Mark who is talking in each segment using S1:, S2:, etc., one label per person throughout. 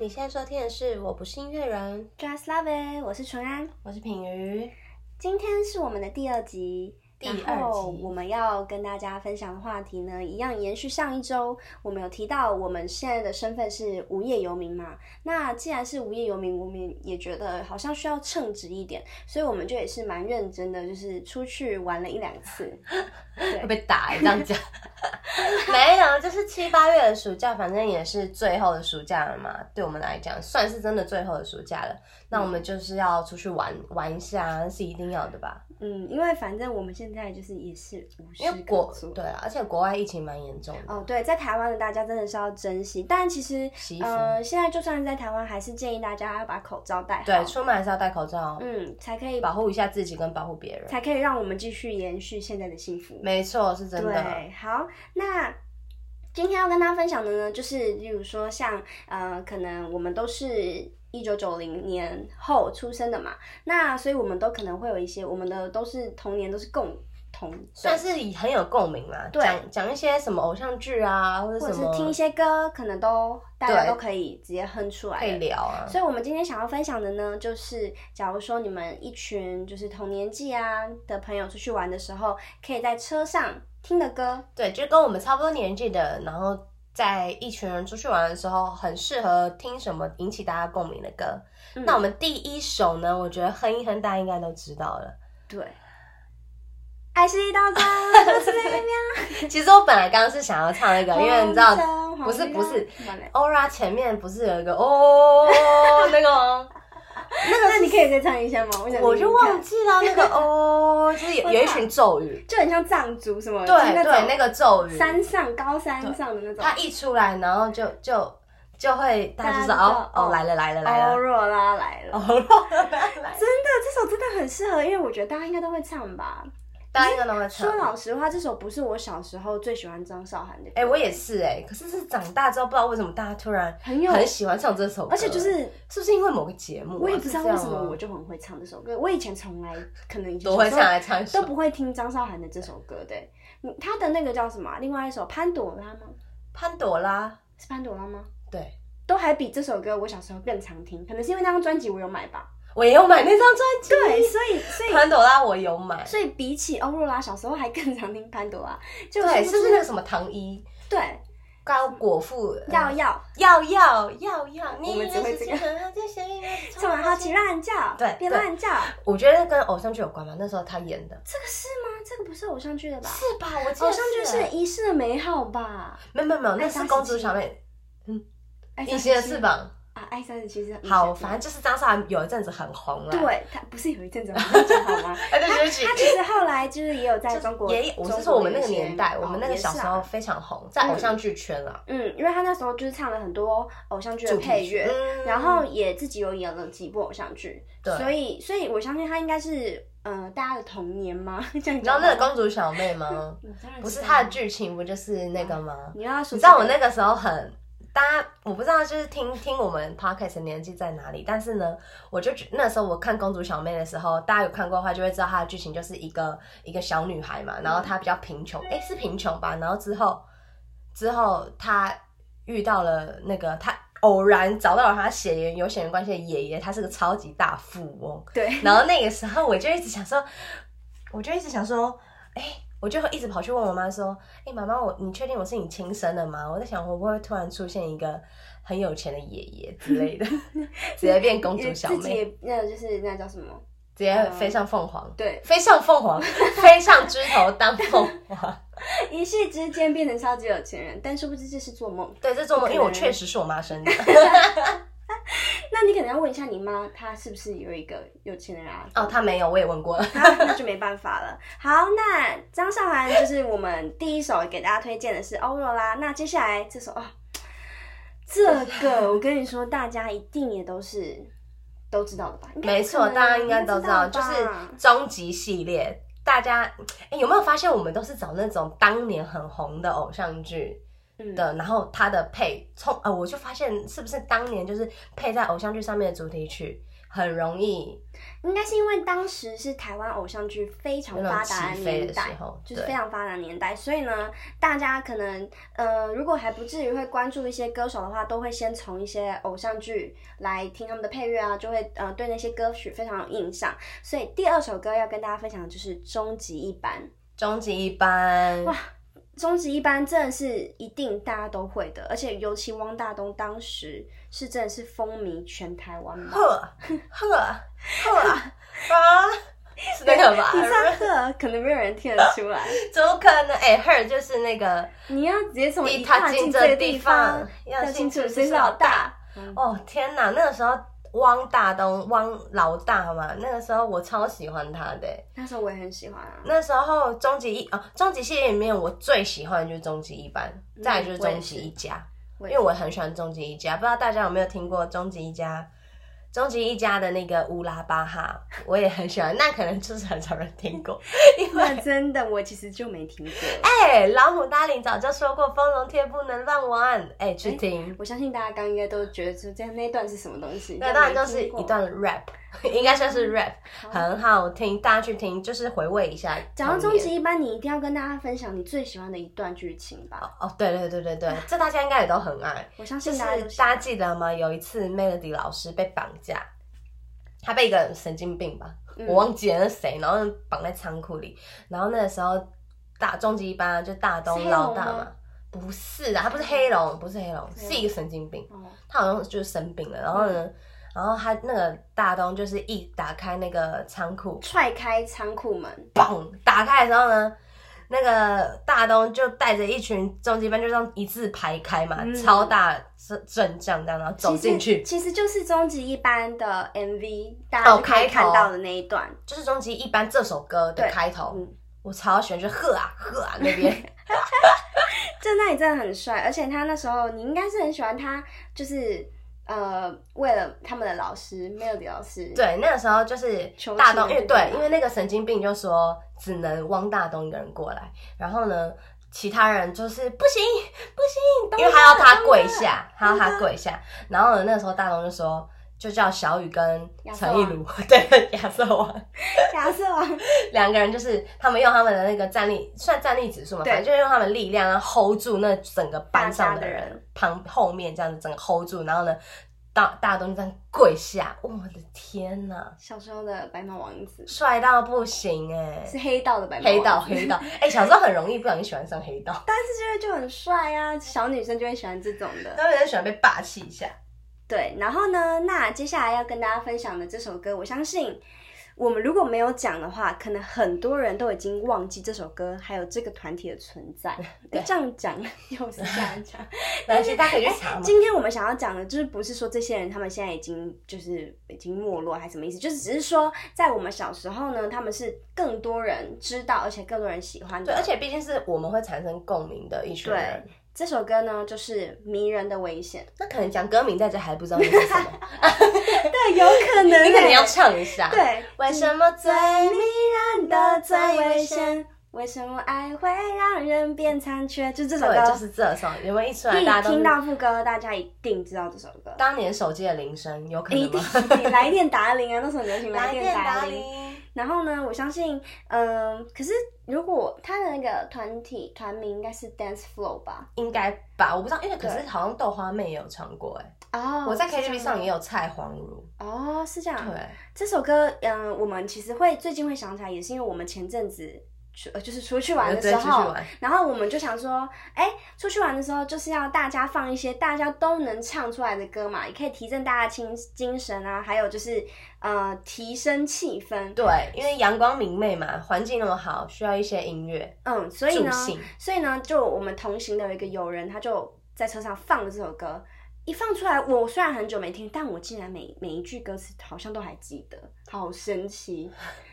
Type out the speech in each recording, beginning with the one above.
S1: 你现在收听的是《我不是音乐人》，
S2: Just Love It，我是淳安。
S1: 我是品瑜。
S2: 今天是我们的第二集，
S1: 第二集
S2: 然后我们要跟大家分享的话题呢，一样延续上一周，我们有提到我们现在的身份是无业游民嘛。那既然是无业游民，我们也觉得好像需要称职一点，所以我们就也是蛮认真的，就是出去玩了一两次。对
S1: 会被打、欸，这 样讲。没有，就是七八月的暑假，反正也是最后的暑假了嘛，对我们来讲算是真的最后的暑假了。那我
S2: 嗯
S1: 们就是要出去玩玩一下，是一定要的吧？
S2: 嗯，因为反正我们现在就是也是无事
S1: 因为
S2: 可
S1: 国
S2: 做。
S1: 对啊，而且国外疫情蛮严重的。
S2: 哦，对，在台湾的大家真的是要珍惜，但其实
S1: 洗衣服
S2: 呃，现在就算是在台湾，还是建议大家要把口罩戴好，
S1: 对，出门还是要戴口罩，
S2: 嗯，才可以
S1: 保护一下自己跟保护别人。
S2: 才可以让我们继续延续现在的幸福。
S1: 没错，是真的。
S2: 对，好，那今天要跟大家分享的呢，就是例如说像呃，可能我们都是。一九九零年后出生的嘛，那所以我们都可能会有一些，我们的都是童年都是共同的，
S1: 算是以很有共鸣啦，
S2: 对
S1: 讲讲一些什么偶像剧啊，或者
S2: 或者
S1: 什
S2: 是
S1: 么
S2: 听一些歌，可能都大家
S1: 对
S2: 都可以直接哼出来
S1: 可
S2: 的
S1: 以聊啊。
S2: 所以，我们今天想要分享的呢，就是假如说你们一群就是同年纪啊的朋友出去玩的时候，可以在车上听的歌。
S1: 对，就跟我们差不多年纪的，然后在一群人出去玩的时候，很适合听什么引起大家共鸣的歌。
S2: 嗯
S1: 那我们第一首呢，我觉得哼一哼，大家应该都知道了。
S2: 对，爱是一道光，不是那
S1: 其实我本来刚刚是想要唱那个，
S2: 个
S1: 因为你知道，
S2: 红
S1: 不是
S2: 灯
S1: 不是
S2: 完了
S1: Ora 前面不是有一个哦那个 吗？
S2: 那你可以再唱一下吗？我想
S1: 我就
S2: 听听看
S1: 忘，记了那个哦，就是 有有一群咒语，
S2: 就很像藏族什么，
S1: 对
S2: 就
S1: 对，
S2: 是
S1: 那
S2: 那
S1: 个咒
S2: 种
S1: 语，
S2: 山上高山上的那种。
S1: 它一出来，然后就就就会大家就知
S2: 大家就
S1: 道
S2: 知
S1: 哦
S2: 道
S1: 哦
S2: 哦
S1: 来了来了来了，
S2: 欧若拉来了，
S1: 哦来了，
S2: 真的，这首真的很适合，因为我觉得大家应该都会唱吧。
S1: 大家应该都会
S2: 说
S1: 唱。
S2: 老实话，这首不是我小时候最喜欢张韶涵的歌。
S1: 哎、我也是哎、可是是长大之后，不知道为什么大家突然
S2: 很有
S1: 很喜欢唱这首歌，
S2: 而且就是
S1: 是不是因为某个节目啊、
S2: 我也不知道
S1: 是这
S2: 为
S1: 样
S2: 什么
S1: 吗
S2: 我就很会唱这首歌。我以前从来可能以前
S1: 都会
S2: 小
S1: 上
S2: 时候
S1: 来唱一首
S2: 都，不会听张韶涵的这首歌的。你她的那个叫什么啊、另外一首《潘朵拉》吗？
S1: 潘朵拉，
S2: 是潘朵拉吗？
S1: 对
S2: 都还比这首歌我小时候更常听，可能是因为那张专辑我有买吧。
S1: 我也有买那张专
S2: 对，
S1: 辑，
S2: 所以所以
S1: 潘朵拉我有买，
S2: 所以比起欧若拉，小时候还更常听潘朵拉。就
S1: 对，是不是那
S2: 那
S1: 个什么唐一
S2: 对
S1: 高果腹
S2: 耀耀
S1: 要要要要，
S2: 我
S1: 你
S2: 们只会这个充
S1: 充
S2: 满
S1: 满
S2: 好
S1: 好
S2: 奇
S1: 奇。
S2: 乱叫，
S1: 对
S2: 别
S1: 对
S2: 乱叫。
S1: 我觉得跟偶像剧有关吧，那时候他演的
S2: 这个是吗？这个不是偶像剧的吧？
S1: 是吧？我记
S2: 偶
S1: 得
S2: 像剧是《一世的美好》吧？
S1: 没有没有没有，那
S2: 爱
S1: 是
S2: 莎
S1: 公主
S2: 时期
S1: 小妹，
S2: 爱
S1: 隐形的翅膀。
S2: 啊，爱三十七是嗯
S1: 好，反正就是张韶涵有一阵子很红了。
S2: 对他不是有一阵子很讲好 吗？
S1: 哎，对不起
S2: 他其实后来就是也有在中国，
S1: 也我是
S2: 中
S1: 说
S2: 国
S1: 我们那个
S2: 有一些
S1: 年代，我们那个小时。候
S2: 哦也是啊
S1: 非常红，在偶像剧圈啦，
S2: 嗯，因为他那时候就是唱了很多偶像剧的
S1: 主题曲
S2: 配乐，
S1: 嗯
S2: 然后也自己有演了几部偶像剧，
S1: 对
S2: 所以所以我相信他应该是呃大家的童年吗？ 嗯这样
S1: 你知道那个公主小妹 吗？
S2: 公
S1: 不是她的，剧情不就是那个吗？
S2: 你要
S1: 你
S2: 说
S1: 知道我那个时候很。大家我不知道，就是听听我们 podcast 的年纪在哪里，但是呢，我就觉那时候我看《公主小妹》的时候，大家有看过的话，就会知道她的剧情就是一个一个小女孩嘛，然后她比较贫穷，诶，是贫穷吧？然后之后之后她遇到了那个她偶然找到了她血缘有血缘关系的爷爷，他是个超级大富翁，
S2: 对
S1: 然后那个时候我就一直想说，我就一直想说，哎、我就一直跑去问我妈说，哎、妈妈，我你确定我是你亲生的吗？我在想会不会突然出现一个很有钱的爷爷之类的， 直接变公主小
S2: 自己
S1: 妹，
S2: 嗯也那就是那叫什么？
S1: 直接飞上凤凰，
S2: 对，
S1: 飞上凤凰，飞上枝头当凤凰。
S2: 一夕之间变成超级有钱人，但殊不知这是做梦。
S1: 对，这做梦，
S2: 不可能
S1: 因为我确实是我妈生的。
S2: 那你可能要问一下你妈，她是不是有一个有钱人啊？
S1: 哦，她没有，我也问过了。
S2: 她那就没办法了。好，那张韶涵就是我们第一首给大家推荐的是《欧若拉》，那接下来这首哦，这 个我跟你说，大家一定也都是都知道的吧？应该
S1: 没错，
S2: 可能
S1: 大家应该都知道，
S2: 吧
S1: 就是终极系列。大家、诶有没有发现，我们都是找那种当年很红的偶像剧
S2: 嗯
S1: 的，然后它的配从呃，我就发现是不是当年就是配在偶像剧上面的主题曲，很容易
S2: 应该是因为当时是台湾偶像剧非常发达
S1: 那种起飞
S2: 年
S1: 的时
S2: 代
S1: 候，
S2: 就是
S1: 对
S2: 非常发达的年代，所以呢，大家可能呃，如果还不至于会关注一些歌手的话，都会先从一些偶像剧来听他们的配乐啊，就会呃对那些歌曲非常有印象。所以第二首歌要跟大家分享的就是《终极一班》。
S1: 终极一班。
S2: 哇终极一班真的是一定大家都会的，而且尤其汪大东当时是真的是风靡全台湾 吧。
S1: 呵呵呵啊，是那个 吧？
S2: 你上课可能没有人听得出来，
S1: 怎么可能？哎、h e r 就是那个
S2: 你要直接从
S1: 一
S2: 一
S1: 踏
S2: 踏
S1: 进
S2: 进
S1: 这
S2: 这
S1: 个
S2: 个
S1: 地
S2: 地
S1: 方
S2: 方，
S1: 要
S2: 要
S1: 清
S2: 清
S1: 楚
S2: 楚
S1: 知
S2: 知
S1: 道
S2: 道
S1: 大
S2: 大。嗯
S1: 哦，天哪！那个时候汪大东、汪老大嘛，那个时候我超喜欢他的、
S2: 那时候我也很喜欢啊，
S1: 那时候终极一啊，终极系列里面我最喜欢的就是终极一班，
S2: 嗯
S1: 再来就是
S2: 我也
S1: 终极一家，
S2: 我
S1: 因为我很喜欢终极一家。不知道大家有没有听过终极一家？终极一家的那个乌拉巴哈，我也很喜欢。那可能就是很少人听 过，因为
S2: 那真的我其实就没听过。
S1: 哎、老母大领早就说过，风龙贴不能乱玩。哎、去听，
S2: 我相信大家刚应该都觉得说这那一段是什么东西，
S1: 那当然就是一段 rap，应该算 是 rap，
S2: 好
S1: 很好听，大家去听，就是回味一下童年。
S2: 讲到终极一班，你一定要跟大家分享你最喜欢的一段剧情吧。
S1: 哦，对对对对对，这大家应该也都很爱。
S2: 我相
S1: 就是
S2: 信大家都喜
S1: 大家
S2: 欢。
S1: 记得吗？有一次 Melody 老师被绑架，他被一个神经病吧，
S2: 嗯
S1: 我忘记了是谁，然后绑在仓库里，然后那个时候大终极一班啊就大
S2: 是
S1: 东
S2: 黑龙
S1: 老大
S2: 吗
S1: 嘛。不是啊，他不是黑龙，不是黑龙，
S2: 黑
S1: 是
S2: 龙嗯
S1: 一个神经病。
S2: 哦，
S1: 他好像就是生病了，然后呢，然后他那个大东就是一打开那个仓库，
S2: 踹开仓库门，
S1: 砰，哦打开的时候呢，那个大东就带着一群终极班，就这样一字排开嘛，
S2: 嗯
S1: 超大阵阵仗这样，然后走进去，
S2: 其实其实就是终极一班的 MV，大
S1: 哦
S2: 家就可以
S1: 开头
S2: 看到的那一段。
S1: 就是终极一班这首歌的
S2: 对
S1: 开头，
S2: 嗯
S1: 我超喜欢，就呵啊呵啊那边，
S2: 就那里真的很帅，而且他那时候你应该是很喜欢他，就是呃，为了他们的老师 Melody 老师，，
S1: 对，那个时候就是
S2: 求
S1: 大
S2: 情
S1: 东，因为
S2: 的那
S1: 对，
S2: 种
S1: 因为那个神经病就说只能汪大东一个人过来，然后呢。其他人就是不行，不行，因为他要他跪下，他要他跪下。然后呢，那时候大东就说，就叫小雨跟
S2: 亚瑟
S1: 陈
S2: 王
S1: 意如， 对，亚瑟王
S2: 亚瑟王，
S1: 两个人，就是他们用他们的那个战力，算战力指数嘛，
S2: 对
S1: 反正就是用他们力量，然后 hold 住那整个班上
S2: 大家的
S1: 人
S2: 人
S1: 旁后面这样子整个 hold 住，然后呢，大大东就这样跪下，我的天呐，
S2: 小时候的白马王子
S1: 帅到不行哎、
S2: 是黑道的白马王子
S1: 黑 道，黑 道，哎、小时候很容易不小心喜欢上黑道，
S2: 但是就会就很帅啊，小女生就会喜欢这种的。
S1: 他们很喜欢被霸气一下。
S2: 对，然后呢，那接下来要跟大家分享的这首歌，我相信。我们如果没有讲的话，可能很多人都已经忘记这首歌，还有这个团体的存在。哎
S1: 对
S2: 这样讲又是这样 讲，哎
S1: 但是哎大家可以去查嘛。
S2: 今天我们想要讲的，就是不是说这些人他们现在已经就是已经没落还是什么意思，就是只是说在我们小时候呢，他们是更多人知道，而且更多人喜欢的。
S1: 对，而且毕竟是我们会产生共鸣的一群人，
S2: 这首歌呢，就是《迷人的危险
S1: 那可能讲歌名大家还不知道那是 什么，》，
S2: 对，有可能、
S1: 哎
S2: 欸
S1: 你可能要唱一啊下。，
S2: 对，
S1: 为什么最迷人
S2: 真
S1: 的
S2: 的
S1: 最
S2: 最
S1: 危
S2: 危
S1: 险？
S2: 险？为什么爱会让人变残缺？就这首歌，
S1: 对，就是这首，有没有一出来大
S2: 一
S1: 家都
S2: 听
S1: 是
S2: 到副歌，大家一定知道这首歌。
S1: 当年手机的铃声，有可
S2: 一
S1: 能
S2: 定
S1: 吗？，
S2: 你来电达铃啊！那时候 很流行来电达铃，
S1: 铃，
S2: 然后呢，我相信，嗯，可是如果他的那个团体团名应该是 Dance Flow 吧？
S1: 应该吧？我不知道，因为可是
S2: 对
S1: 好像豆花妹也有唱过，哎，
S2: 哦
S1: 我在 KTV 上也
S2: 有。
S1: 有蔡黄如，
S2: 哦，是这样。
S1: 对，
S2: 这首歌，嗯，我们其实会最近会想起来，也是因为我们前阵子出，呃，就是出去玩的
S1: 对
S2: 时
S1: 出去
S2: 候，
S1: 玩，
S2: 然后我们就想说，哎，出去玩的时候就是要大家放一些大家都能唱出来的歌嘛，也可以提振大家精精神啊，还有就是呃提升气氛。
S1: 对，因为阳光明媚嘛，环境那么好，需要一些音乐
S2: 嗯，所以
S1: 助
S2: 呢，
S1: 兴。
S2: 所以呢，就我们同行的有一个友人，他就在车上放了这首歌，一放出来，我虽然很久没听，但我竟然每每一句歌词好像都还记得，好 神奇！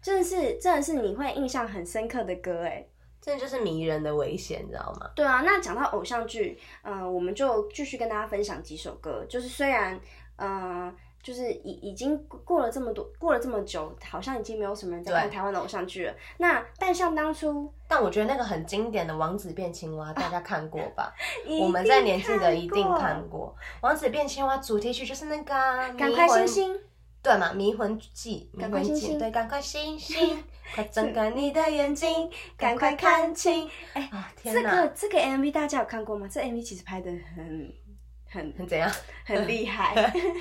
S2: 真的是，真的是你会印象很深刻的歌哎。
S1: 这就是迷人的危险，你知道吗？
S2: 对啊，那讲到偶像剧，嗯、我们就继续跟大家分享几首歌，就是虽然，呃。就是已已经过了这么多，过了这么久，好像已经没有什么人在看
S1: 对
S2: 台湾的偶像剧了。那但像当初，
S1: 但我觉得那个很经典的《王子变青蛙》，大家看过吧？
S2: 一
S1: 我们在
S2: 定
S1: 年纪的一定
S2: 过
S1: 看过《王子变青蛙》主题曲，就是那个啊《
S2: 赶
S1: 迷
S2: 快
S1: 魂
S2: 星星，
S1: 对嘛？迷魂记，迷
S2: 赶快
S1: 魂
S2: 星
S1: 记，
S2: 星
S1: 对，赶快星 星，快睁开你的眼睛，
S2: 赶快看清。哎、
S1: 啊！天
S2: 这
S1: 哪，
S2: 个这个 MV 大家有看过吗？这 MV 其实拍的很很
S1: 很怎样？
S2: 很
S1: 嗯
S2: 厉害，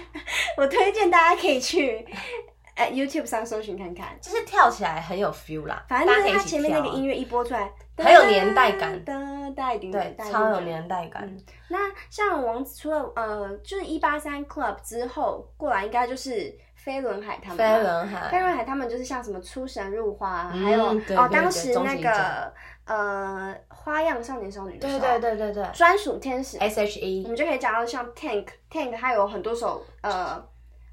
S2: 我推荐大家可以去 呃 YouTube 上搜寻看看。
S1: 就是跳起来很有 feel 啦，
S2: 反
S1: 大
S2: 正
S1: 家可
S2: 就是
S1: 以一
S2: 它
S1: 起
S2: 前面那个
S1: 跳啊
S2: 音乐一播出来，
S1: 很有年代感
S2: 哒哒一定
S1: 对，超有年代感。
S2: 嗯那像王子除了呃，就是一八三 Club 之后过来，应该就是飞轮海他们吧。
S1: 飞轮
S2: 飞
S1: 海，
S2: 轮海他们就是像什么出神入化啊，
S1: 嗯
S2: 还有
S1: 对对
S2: 哦，
S1: 对
S2: 当时
S1: 终
S2: 那
S1: 极一
S2: 个呃花样少年少女的时
S1: 对
S2: 候，
S1: 对对对对
S2: 专属天使，
S1: ，S H
S2: 我
S1: E，
S2: 们就可以讲到像 Tank Tank，它有很多首呃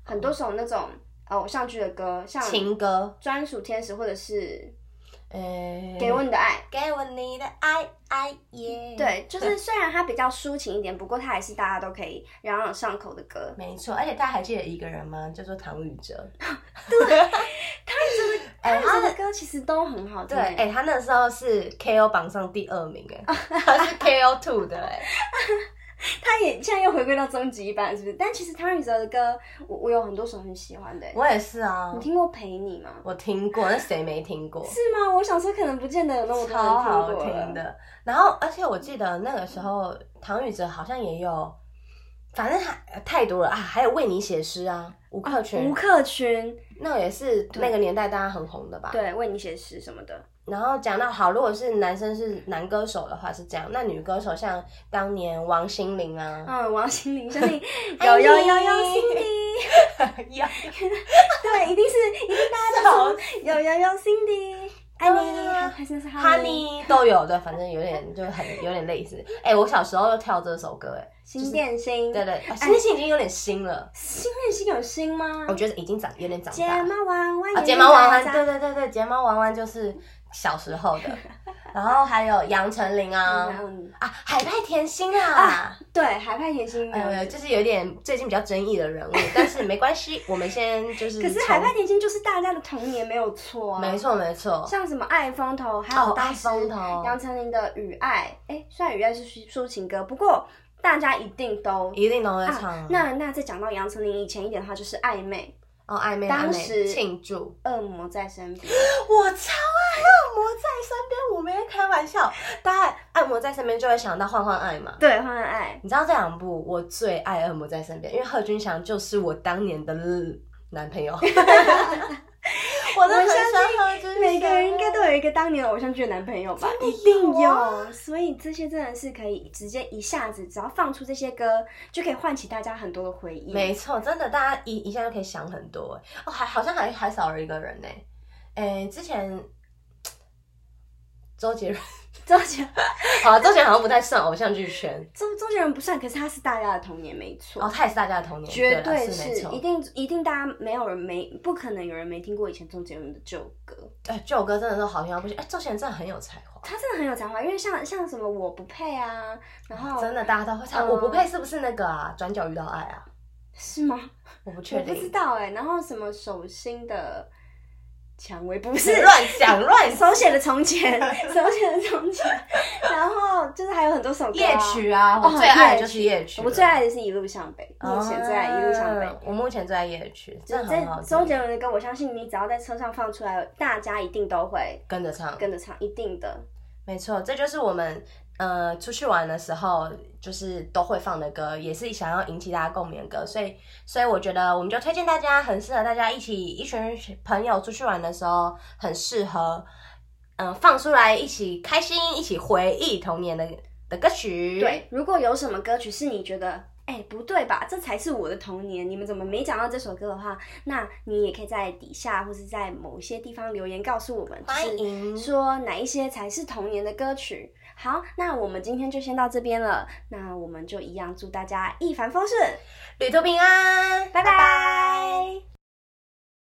S2: 很多首那种呃偶像剧的歌，像
S1: 情歌，
S2: 专属天使或者是
S1: 诶，
S2: 嗯给我你的爱，
S1: 呃给我你的爱爱耶，，
S2: 对，就是虽然它比较抒情一点，不过它还是大家都可以朗朗上口的歌。
S1: 没错。而且大家还记得一个人吗？叫做唐禹 哲，对，他
S2: 哎，
S1: 真的，哎，
S2: 他
S1: 他
S2: 的歌其实都很好听
S1: 对，。哎、他那时候是 KO 榜上第二名， 哎，他是 KO two 的，哎，
S2: 他也现在又回归到终极一班，是不是？但其实汤禹哲的歌，我我有很多首很喜欢的。
S1: 我也是啊
S2: 你，听过《陪你》吗？
S1: 我听过，那谁没听 过？
S2: 是吗？我想说，可能不见得有那么多
S1: 哦超好
S2: 人听过了
S1: 听。的。然后，而且我记得那个时候，唐禹哲好像也有，反正还太多了啊，还有为你写诗啊，吴克群，
S2: 吴克群，
S1: 那也是那个年代大家很红的吧？。
S2: 对，为你写诗什么的，
S1: 然后讲到好，如果是男生是男歌手的话是这样，那女歌手像当年王心凌 啊，
S2: 嗯，王心凌， 相信有有有
S1: 哎
S2: 有心凌，
S1: 有
S2: 对，一定是一定大 家都说有有有心凌，爱你，还还是那是哈
S1: 啊哈
S2: 尼。
S1: 尼都有，对，反正有点就很有点类似。 哎、我小时候就跳这首歌，哎，
S2: 新电星，
S1: 对对，啊、星星已经有点新了，
S2: 新电星有新吗
S1: 我？觉得已经长有点长
S2: 睫
S1: 大了。
S2: 毛弯
S1: 啊，
S2: 弯，眼
S1: 睫
S2: 睛
S1: 毛弯
S2: 眨
S1: 弯，
S2: 眨
S1: 对对对对，睫毛弯弯就是小时候 的。然后还有杨丞琳啊，
S2: 嗯
S1: 啊，海派甜心啊
S2: 啊，对，海派甜心，
S1: 呃，就是有点最近比较争议的 人物，但是没关系，我们先就是
S2: 可
S1: 从。
S2: 是海派甜心就是大家的童年没有错啊，
S1: 没，错没错，
S2: 像什么爱风头，还有
S1: 哦
S2: 当时
S1: 爱风头
S2: 杨丞琳的《雨爱》，哎，虽然《雨爱》是抒抒情歌，不过大家一定都。
S1: 一定都会唱
S2: 啊
S1: 啊。
S2: 那那再讲到杨丞琳以前一点的话，就是暧昧，
S1: 哦，暧昧暧
S2: 当时
S1: 昧庆祝，
S2: 恶魔在身边，
S1: 我超爱恶魔在身边，我没在开玩笑。大家爱恶魔在身边就会想到换换爱嘛。
S2: 对，换换爱，
S1: 你知道这两部我最爱《恶魔在身边》，因为贺军翔就是我当年的男 朋友。我都很喜欢贺军翔，
S2: 每个人应该都有一个当年偶像剧的男朋友吧，
S1: 真的
S2: 一定
S1: 有啊
S2: 有。所以这些真的是可以直接一下子，只要放出这些歌，就可以唤起大家很多的回忆。
S1: 没错，真的，大家一一下就可以想很多欸哦，还好像还还少了一个人呢，诶，之前周杰伦，
S2: 周杰
S1: 好啊，周杰伦好像不太算偶像剧圈，
S2: 周周杰伦不算，可是他是大家的童年，没错。
S1: 哦，他也是大家的童年，
S2: 绝
S1: 对啦啊
S2: 对
S1: 是没错
S2: 一，定一定，大家没有人没不可能有人没听过以前周杰伦的旧歌，
S1: 哎，这首歌真的都好听到不行，哎，周杰伦真的很有才华。
S2: 他真的很有才华。因为像像什么我不配啊，然后
S1: 真的，大家都会唱。
S2: 嗯
S1: 我不配是不是那个啊？转角遇到爱啊？
S2: 是吗？
S1: 我不确
S2: 我不知
S1: 定，
S2: 道哎、然后什么手心的蔷薇不是
S1: 乱 想乱想。
S2: 手写的 从前，手写的从前，然后就是还有很多首歌、
S1: 夜。曲啊，我
S2: 哦
S1: 最爱的就是夜曲了。
S2: 我最爱的是《一路向北》，目前最爱《一路向北》
S1: 啊我目前最爱夜曲，真的
S2: 这
S1: 很好听。
S2: 周杰伦的歌，我相信你只要在车上放出来，大家一定都会
S1: 跟着唱，
S2: 跟着唱，一定的。
S1: 没错，这就是我们呃出去玩的时候就是都会放的歌，也是想要引起大家共鸣的歌，所以所以我觉得我们就推荐大家，很适合大家一起一群朋友出去玩的时候，很适合嗯、呃放出来一起开心，一起回忆童年的的歌曲。，
S2: 对，如果有什么歌曲是你觉得。哎、不对吧？这才是我的童年。你们怎么没讲到这首歌的话，那你也可以在底下或是在某些地方留言告诉我们，就是
S1: 欢迎
S2: 说哪一些才是童年的歌曲。好，那我们今天就先到这边了。那我们就一样祝大家一帆风顺，
S1: 旅途平安，
S2: 拜拜